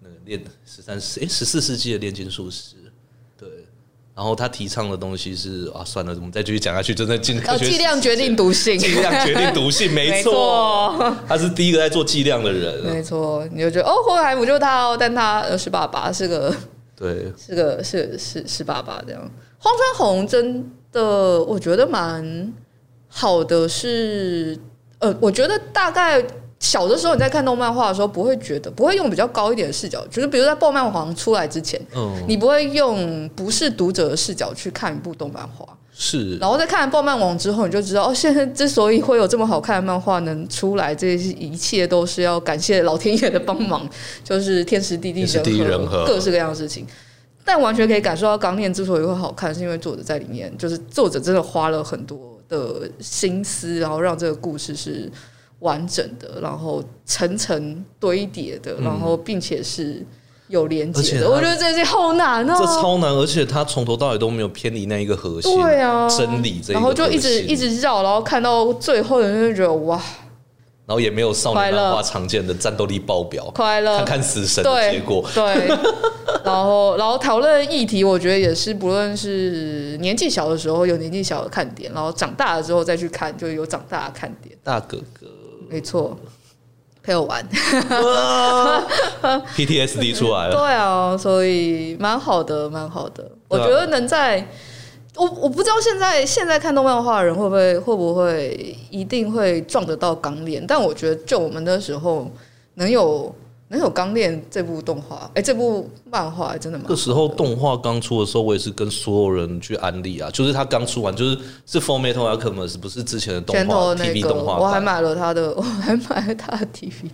S3: 那个炼十三世诶十四世纪的炼金术师，对。然后他提倡的东西是啊，算了，我们再继续讲下去，真的进科
S2: 呃，
S3: 学
S2: 剂量决定毒性，
S3: 剂量决定
S2: [laughs]
S3: 毒性，没错，
S2: 错，
S3: 他是第一个在做剂量的人，
S2: 没错，你就觉得哦，霍海姆就是他哦，但他呃是爸爸，是个
S3: 对，
S2: 是个是是是爸爸这样。荒川弘真的，我觉得蛮好的是，呃，我觉得大概。小的时候你在看动漫画的时候，不会觉得不会用比较高一点的视角，就是比如在《爆漫王》出来之前，
S3: 嗯，
S2: 你不会用不是读者的视角去看一部动漫画，
S3: 是
S2: 然后在看了《爆漫王》之后，你就知道哦，现在之所以会有这么好看的漫画能出来，这些一切都是要感谢老天爷的帮忙，就是天时地利
S3: 天时地利
S2: 人
S3: 人和
S2: 各式各样的事情。但完全可以感受到《钢炼》之所以会好看，是因为作者在里面，就是作者真的花了很多的心思，然后让这个故事是完整的，然后层层堆叠的，然后并且是有连接
S3: 而且
S2: 的。
S3: 它
S2: 我觉得这些好难哦、
S3: 这超难，而且他从头到尾都没有偏离那一个核心，
S2: 对啊，
S3: 真理这一个
S2: 然后就一直
S3: 核心
S2: 一，直绕，然后看到最后的人就觉得哇，
S3: 然后也没有少女
S2: 快乐
S3: 漫画常见的战斗力爆表，
S2: 快乐，
S3: 看看死神的
S2: 对
S3: 结果， [laughs]
S2: 对，然后然后讨论议题，我觉得也是，不论是年纪小的时候有年纪小的看点，然后长大了之后再去看，就有长大的看点，
S3: 大哥哥。
S2: 没错。陪我玩，
S3: 哇
S2: [laughs]
S3: PTSD 出来了，
S2: 对啊，所以蛮好的，蛮好的。我
S3: 对啊
S2: 觉得能在，我我不知道现在现在看动漫画的人会不会会不会一定会撞得到钢炼，但我觉得就我们那时候能有能有钢炼这部动画，哎、这部漫画真的蛮
S3: 那个时候动画刚出的时候，我也是跟所有人去安利啊，就是他刚出完，就是是 Full Metal Alchemist，不是之前的动
S2: 拳头的
S3: 画
S2: 那
S3: TV
S2: 个，
S3: 动
S2: 我
S3: 画
S2: 还
S3: 版。
S2: 买了他的，我还买了他的 DVD。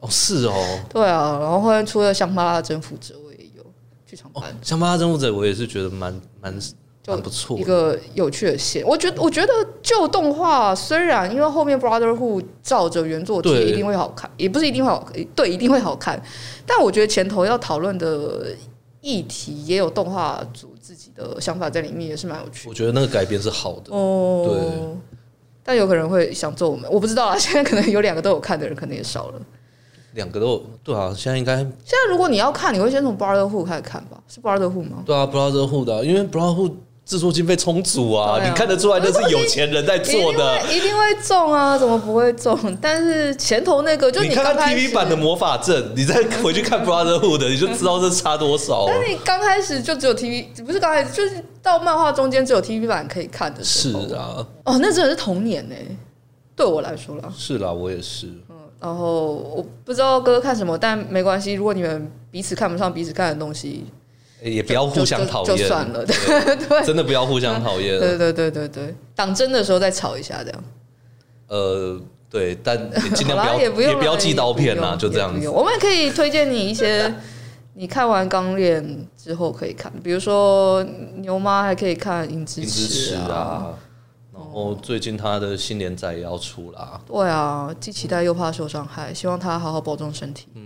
S3: 哦，是哦，
S2: 对啊，然后后来出了《香巴拉征服者》，我也有剧场
S3: 哦
S2: 版，，
S3: 《香巴拉征服者》我也是觉得蛮蛮
S2: 就
S3: 蛮不错
S2: 一
S3: 的，
S2: 个有趣的线。我觉得，我觉得旧动画虽然因为后面 Brotherhood 照着原作贴
S3: 对
S2: 一定会好看，也不是一定会好，对，一定会好看。但我觉得前头要讨论的议题，也有动画组自己的想法在里面，也是蛮有趣的。
S3: 我觉得那个改编是好的。
S2: 哦，
S3: 对。
S2: 但有可能会想揍我们，我不知道啊。 [laughs] 现在可能有两个都有看的人，可能也少了。
S3: 两个都有对啊，现在应该
S2: 现在如果你要看，你会先从 Brotherhood 开始看吧？是 Brotherhood 吗？
S3: 对啊，Brotherhood 的啊、因为 Brotherhood 制作经费充足啊，
S2: 对啊
S3: 你看得出来那是有钱人在做的。
S2: 一定会中啊，怎么不会中？但是前头那个，就
S3: 你看
S2: 刚
S3: 看
S2: 开
S3: TV
S2: 始，
S3: 版的《魔法阵》，你再回去看
S2: [laughs]
S3: Brotherhood 的，你就知道这差多少了
S2: 但。是你刚开始就只有 TV，不是刚开始，就是到漫画中间只有 TV 版可以看的时
S3: 是
S2: 候。
S3: 啊，
S2: 哦，那真的是童年呢、对我来说啦。
S3: 是啦，我也是。
S2: 然后我不知道哥哥看什么，但没关系，如果你们彼此看不上彼此看的东西，
S3: 欸也不要互相讨
S2: 就就
S3: 厌，
S2: 算了。对
S3: 真的不要互相讨
S2: [laughs]
S3: 厌。
S2: 对对对对对，党争的时候再吵一下这样。
S3: 呃，对，但也尽量
S2: 好
S3: 不
S2: 啦
S3: 要
S2: 也不用啦
S3: 不要寄刀片啊，
S2: 也不
S3: 就
S2: 用
S3: 这样
S2: 也不
S3: 子
S2: 用。我们也可以推荐你一些 [laughs] 你看完《钢炼》之后可以看，比如说牛妈还可以看《银之
S3: 林之
S2: 匙
S3: 池》啊，然后最近他的新连载也要出啦。
S2: 对啊，既期待又怕受伤害，希望他好好保重身体。
S3: 嗯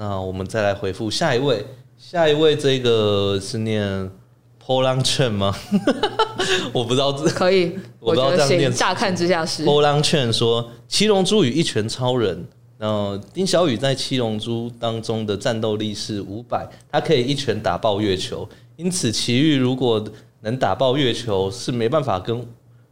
S3: 那我们再来回复下一位，下一位这个是念波浪券吗？ [laughs] 我不知道这
S2: 可以，
S3: [laughs]
S2: 我
S3: 我不知
S2: 觉
S3: 道
S2: 得
S3: 这样念哦
S2: 行。乍看之下是，
S3: 波浪券说《七龙珠与一拳超人》，然后丁小雨在《七龙珠》当中的战斗力是五百，他可以一拳打爆月球，因此奇遇如果能打爆月球是没办法跟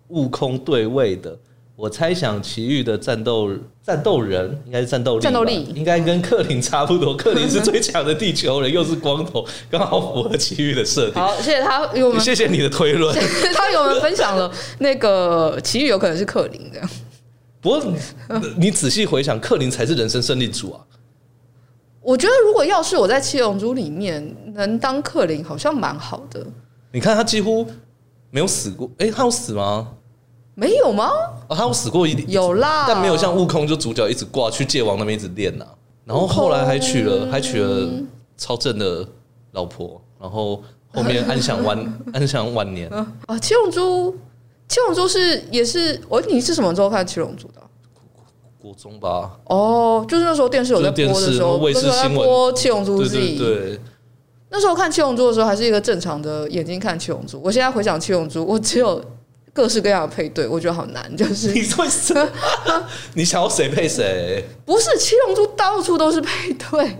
S3: 悟空对位的。我猜想奇遇的战斗战斗人应该是战斗力吧，
S2: 战斗力
S3: 应该跟克林差不多。克林是最强的地球
S2: [laughs]
S3: 人，又是光头，刚好符合奇遇的设定。
S2: 好，谢谢他与我
S3: [laughs]
S2: 们，
S3: 谢谢你的推论。
S2: [laughs] 他与我们分享了那个奇遇有可能是克林这样。
S3: 不过你仔细回想，克林才是人生胜利组啊。
S2: 我觉得如果要是我在七龙珠里面能当克林，好像蛮好的。
S3: 你看他几乎没有死过，诶，他有死吗？
S2: 没有吗？
S3: 哦，他有死过一点，
S2: 有啊啦，
S3: 但没有像悟空就主角一直挂去界王那边一直练呐、啊然后后来还娶了还娶了超正的老婆，然后后面安享晚安享晚年。
S2: 啊，七龙珠，七龙珠是也是我、你是什么时候看七龙珠的啊？
S3: 国中吧，
S2: 哦，就是那时候电视有在播的时候，
S3: 就是电
S2: 那
S3: 视
S2: 时候在
S3: 卫视新闻
S2: 播《七龙珠
S3: 对
S2: Z》。
S3: 对对，
S2: 那时候看《七龙珠》的时候，还是一个正常的眼睛看《七龙珠》。我现在回想《七龙珠》，我只有各式各样的配对，我觉得好难。就是 [laughs]
S3: 你说什么？ [laughs] 你想要谁配谁？
S2: 不是《七龙珠》到处都是配对，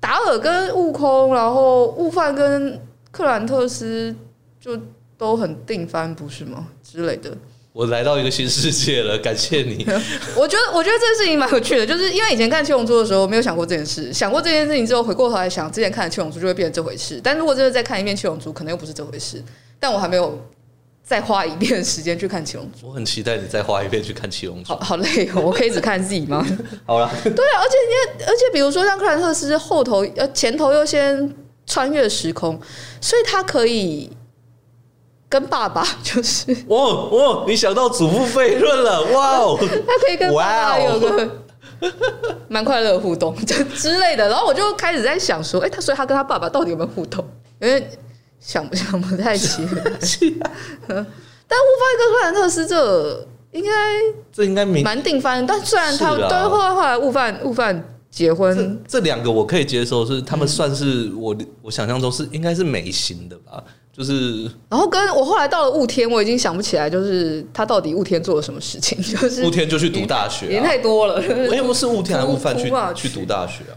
S2: 达尔跟悟空，然后悟饭跟克兰特斯就都很定番，不是吗？之类的。
S3: 我来到一个新世界了，感谢你。
S2: [laughs] 我觉得，我觉得这件事情蛮有趣的，就是因为以前看《七龙珠》的时候没有想过这件事，想过这件事情之后，回过头来想，之前看的《七龙珠》就会变成这回事。但如果真的再看一遍《七龙珠》，可能又不是这回事。但我还没有再花一遍时间去看《七龙珠
S3: 我很期待你再花一遍去看《七龙》，珠
S2: 好》。好累哦！我可以只看 Z 吗？ [laughs]
S3: 好了，
S2: 对啊，而且你看，而且比如说像克兰特斯后头呃前头又先穿越时空，所以他可以跟爸爸， [laughs] 就是
S3: 哇哇，哦你想到祖父悖论了，哇哦！
S2: 他可以跟爸
S3: 哇
S2: 爸
S3: 哦
S2: 有个 [laughs] 蛮快乐的互动就之类的。然后我就开始在想说，哎、他所以他跟他爸爸到底有没有互动？有点想不想不太起来。但乌发跟克兰特斯这应该
S3: 这应该明
S2: 蛮定番，但虽然他
S3: 是啊
S2: 对后来后来悟饭悟饭结婚，
S3: 这两个我可以接受，是他们算是我我想象中是应该是美型的吧，就是
S2: 然后跟我后来到了雾天，我已经想不起来，就是他到底雾天做了什么事情，就是
S3: 雾天啊就去读大
S2: 也
S3: 学、啊，
S2: 太多了。
S3: 哎，不是雾天还是雾饭去
S2: 突啊
S3: 去读大学
S2: [laughs]
S3: 啊？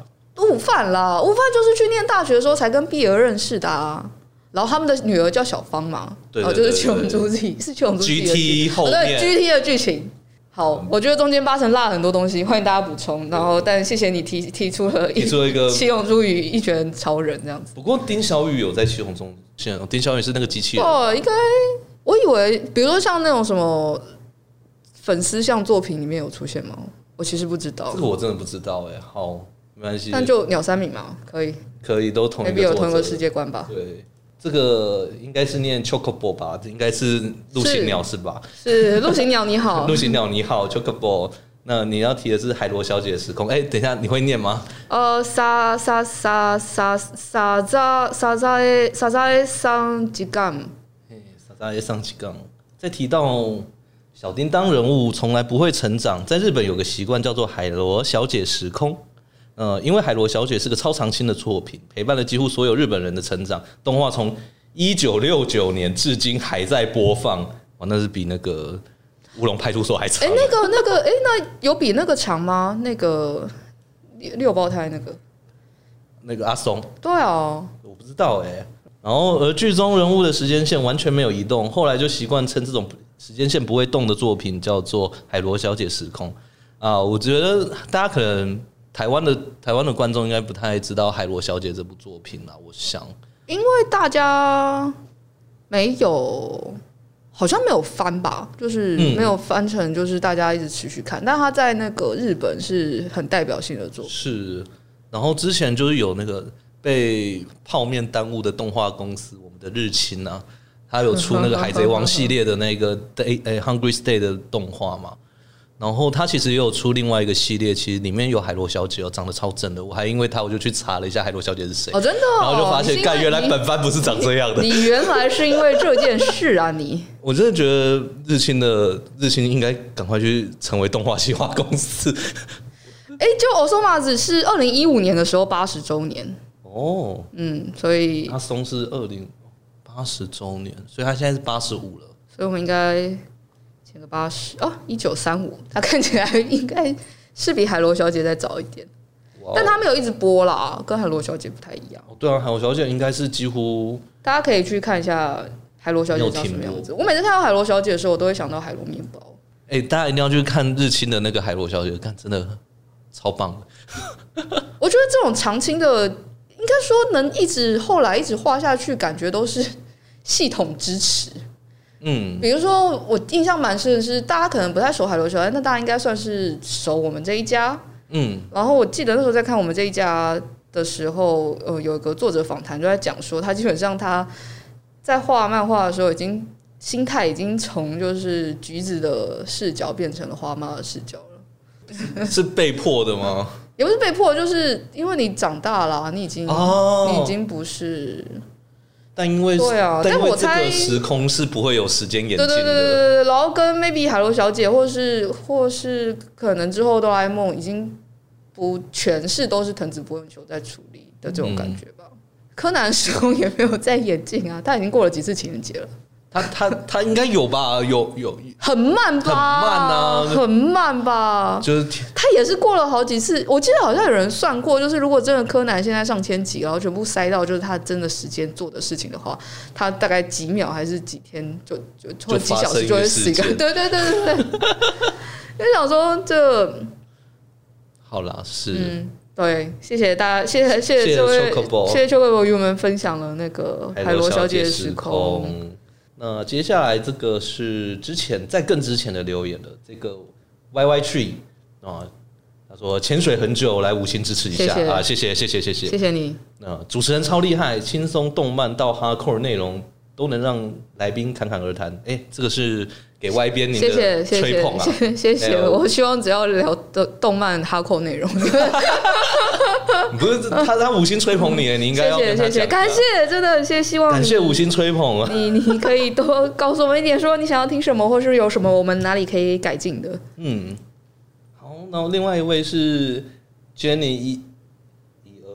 S2: 悟饭啦，悟饭就是去念大学的时候才跟碧儿认识的啊。然后他们的女儿叫小芳嘛，
S3: 对对
S2: 然后就是
S3: 对对
S2: 《七龙珠 Z》是《七龙珠 Z》的
S3: GT
S2: 剧
S3: 后
S2: 哦
S3: 面嗯
S2: 对 GT 的剧情。好，我觉得中间八成落了很多东西，欢迎大家补充。然后，但谢谢你提提出了一
S3: 你做一个，
S2: 七龙珠与一拳超人这样子。
S3: 不过丁小雨有在七红中线，丁小雨是那个机器人，
S2: 哦，应该我以为，比如说像那种什么粉丝像作品里面有出现吗？我其实不知道
S3: 这。个我真的不知道哎，好，没关系，
S2: 那就鸟三米嘛，可以
S3: 可以都同一
S2: ，maybe 有
S3: 个
S2: 同一
S3: 作
S2: 个
S3: 者
S2: 世，界观吧？
S3: 对。这个应该是念 chocobo 吧，这应该是陆行鸟是吧？
S2: 是陆行鸟你
S3: [laughs]
S2: 好，
S3: 陆行鸟你好，chocobo。那你要提的是海螺小姐的时空。哎、等一下，你会念吗？
S2: 呃，沙沙沙沙沙扎沙扎诶沙扎诶桑吉干，
S3: 嘿傻傻也上起杠。再提到小叮当人物从来不会成长，在日本有个习惯叫做海螺小姐时空。呃，因为海螺小姐是个超长青的作品，陪伴了几乎所有日本人的成长。动画从一九六九年至今还在播放，哇，那是比那个乌龙派出所还长
S2: 哎、。那个那个，哎、那有比那个长吗？那个六六胞胎那个，
S3: 那个阿松，
S2: 对啊，
S3: 我不知道哎、然后而剧中人物的时间线完全没有移动，后来就习惯称这种时间线不会动的作品叫做《海螺小姐时空》啊。我觉得大家可能台湾的台湾的观众应该不太知道《海螺小姐》这部作品啦，啊我想
S2: 因为大家没有，好像没有翻吧，就是
S3: 嗯
S2: 没有翻成，就是大家一直持续看。但他在那个日本是很代表性的作品，
S3: 是。然后之前就是有那个被泡面耽误的动画公司，我们的日清啊，它有出那个《海贼王》系列的那个 Day 诶 Hungry Stay 的动画嘛。然后它其实也有出另外一个系列，其实里面有海螺小姐哦，长得超正的。我还因为它我就去查了一下海螺小姐是谁，
S2: 哦，真的、哦，
S3: 然后就发
S2: 你
S3: 现，
S2: 是因为
S3: 干，原来
S2: 你
S3: 本番不是长这样的。
S2: 你原来是因为这件事啊，你
S3: 我真的觉得日清的日清应该赶快去成为动画企划公司
S2: 哎、就欧索马子是二零一五年的时候八十周年，
S3: 哦。
S2: 嗯，所以
S3: 阿松是二零八八十周年，所以他现在是八十五了。
S2: 所以我们应该减个八十哦，一九三五，她看起来应该是比海螺小姐再早一点，
S3: 哇哦
S2: 但她没有一直播啦，跟海螺小姐不太一样。
S3: 哦对啊，海王小姐应该是几乎
S2: 大家可以去看一下海螺小姐长什么样子。我每次看到海螺小姐的时候，我都会想到海螺面包。
S3: 哎、大家一定要去看日清的那个海螺小姐，看真的超棒的。
S2: 我觉得这种长青的，应该说能一直后来一直画下去，感觉都是系统支持。
S3: 嗯，
S2: 比如说，我印象蛮深的是，大家可能不太熟海螺小姐，但大家应该算是熟我们这一家。
S3: 嗯，
S2: 然后我记得那时候在看我们这一家的时候，呃，有一个作者访谈就在讲说，他基本上他在画漫画的时候，已经心态已经从就是橘子的视角变成了花妈的视角了，
S3: 是被迫的吗？
S2: 也不是被迫，就是因为你长大了啊、你已经、
S3: 哦
S2: 你已经不是
S3: 但因为
S2: 对啊
S3: 因
S2: 但
S3: 为
S2: 我
S3: 这
S2: 猜
S3: 个时空是不会有时间演
S2: 对
S3: 进
S2: 对对对
S3: 的。
S2: 对对，然后跟 maybe 海螺小姐，或是或是可能之后哆啦 A 梦已经不全是都是藤子不二雄在处理的这种感觉吧。
S3: 嗯
S2: 柯南时空也没有在演进啊，他已经过了几次情人节了，
S3: 他他他应该有吧？有有，
S2: 很慢吧？
S3: 很慢啊
S2: 很慢吧？
S3: 就是
S2: 他也是过了好几次，我记得好像有人算过，就是如果真的柯南现在上千集，然后全部塞到就是他真的时间做的事情的话，他大概几秒还是几天就就
S3: 就
S2: 或者几
S3: 发
S2: 小
S3: 生
S2: 时
S3: 一
S2: 就
S3: 个
S2: 会
S3: 事
S2: 死一个，
S3: 件
S2: 对对对嗯对对。就想说这，
S3: 好啦，是、
S2: 嗯，对，谢谢大家，谢谢谢这位
S3: 谢谢，Chocobo
S2: 谢谢秋 o 博与我们分享了那个嗯海螺小姐的时
S3: 时
S2: 空。。
S3: 那接下来这个是之前在更之前的留言了，这个 Y Y Tree 啊，他说潜水很久，来五星支持一下
S2: 谢谢
S3: 啊，谢谢谢谢谢谢
S2: 谢。谢你，
S3: 那呃主持人超厉害，轻松动漫到哈扣内容都能让来宾侃侃而谈。哎、这个是给 Y 边你
S2: 谢谢
S3: 的
S2: 谢
S3: 吹
S2: 谢
S3: 捧
S2: [laughs]
S3: 啊，
S2: 谢谢
S3: 没
S2: 谢，
S3: 有
S2: 我希望只要聊的动漫哈扣内容，
S3: 不是他他五星吹捧你，你应该
S2: 谢
S3: 要
S2: 谢
S3: 跟他
S2: 谢谢，
S3: 讲
S2: 感
S3: 的啊
S2: 谢，真的很谢谢，希望
S3: 感
S2: 你
S3: 谢五星吹捧啊。
S2: 你你可以多告诉我们一点，说你想要听什么，或是有什么我们哪里可以改进的。
S3: 嗯，好，然后另外一位是 Jenny 一，一二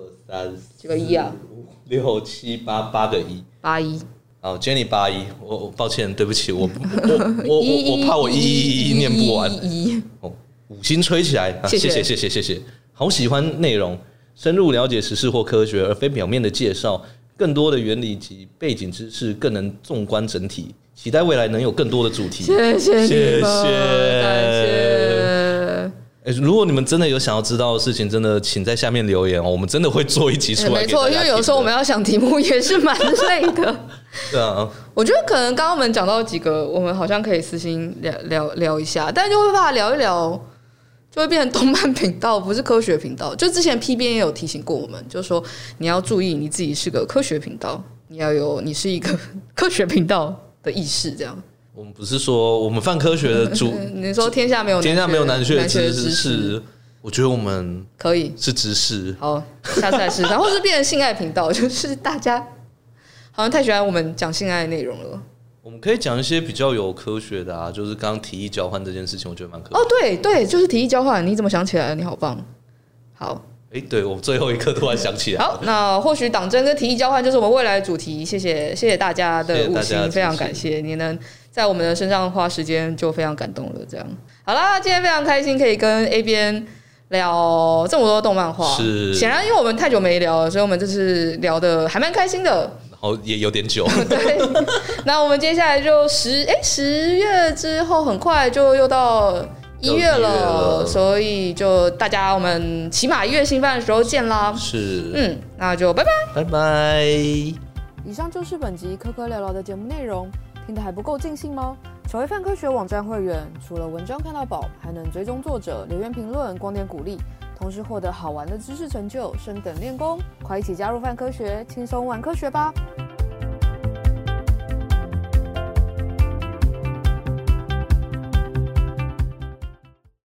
S3: 三
S2: 几个一啊？
S3: 四五六七八八个一。
S2: 八一
S3: 好，Jenny 八一，哦我我抱歉，对不起，我我我我我怕我一一一一念不完。
S2: 一一
S3: 哦，五星吹起来，啊、
S2: 谢
S3: 谢
S2: 谢
S3: 谢谢谢谢谢，好喜欢内容，深入了解时事或科学，而非表面的介绍，更多的原理及背景知识更能纵观整体，期待未来能有更多的主题。
S2: 谢谢你们，
S3: 谢谢
S2: 感谢。
S3: 诶如果你们真的有想要知道的事情，真的请在下面留言哦，我们真的会做一集出来
S2: 没
S3: 给大家
S2: 错，
S3: 听的。
S2: 因为有时候我们要想题目也是蛮累的。
S3: 对啊，
S2: 我觉得可能刚刚我们讲到几个，我们好像可以私心聊聊聊一下，但就会怕聊一聊。就会变成动漫频道，不是科学频道。就之前 P 边也有提醒过我们，就说你要注意你自己是个科学频道，你要有你是一个 [laughs] 科学频道的意识。这样，
S3: 我们不是说哦我们泛科学的
S2: [laughs]
S3: 主，
S2: 嗯你说天下没有
S3: [laughs] 天下没有难学的
S2: 学
S3: 知识，我觉得我们
S2: 可以。
S3: 是知识。
S2: 好，下次再试。然后是变成性爱频道，就是大家好像太喜欢我们讲性爱的内容了。
S3: 我们可以讲一些比较有科学的啊，就是刚刚提议交换这件事情，我觉得蛮可。
S2: 哦，对对，就是提议交换，你怎么想起来了？你好棒。好，
S3: 哎、对我最后一刻突然想起来，
S2: 好，那或许党争跟提议交换就是我们未来的主题。谢谢，谢谢大家
S3: 谢
S2: 的
S3: 谢
S2: 五
S3: 大家
S2: 星，
S3: 的支
S2: 非常
S3: 持
S2: 感谢你能在我们的身上花时间，就非常感动了。这样，好啦，今天非常开心可以跟 A 边聊这么多动漫画。
S3: 是
S2: 显然因为我们太久没聊了，所以我们这次聊的还蛮开心的。
S3: 然后也有点久，
S2: 对，那我们接下来就十哎十月之后，很快就又到一月
S3: 又一月
S2: 了，
S3: 了
S2: 所以就大家我们起码一月新番的时候见啦。
S3: 是，
S2: 嗯，那就拜拜。
S3: 拜拜。
S4: 以上就是本集科科聊聊的节目内容，听得还不够尽兴吗？成为泛科学网站会员，除了文章看到饱，还能追踪作者、留言评论、光点鼓励，同时获得好玩的知识成就，升等练功。快一起加入泛科学，轻松玩科学吧！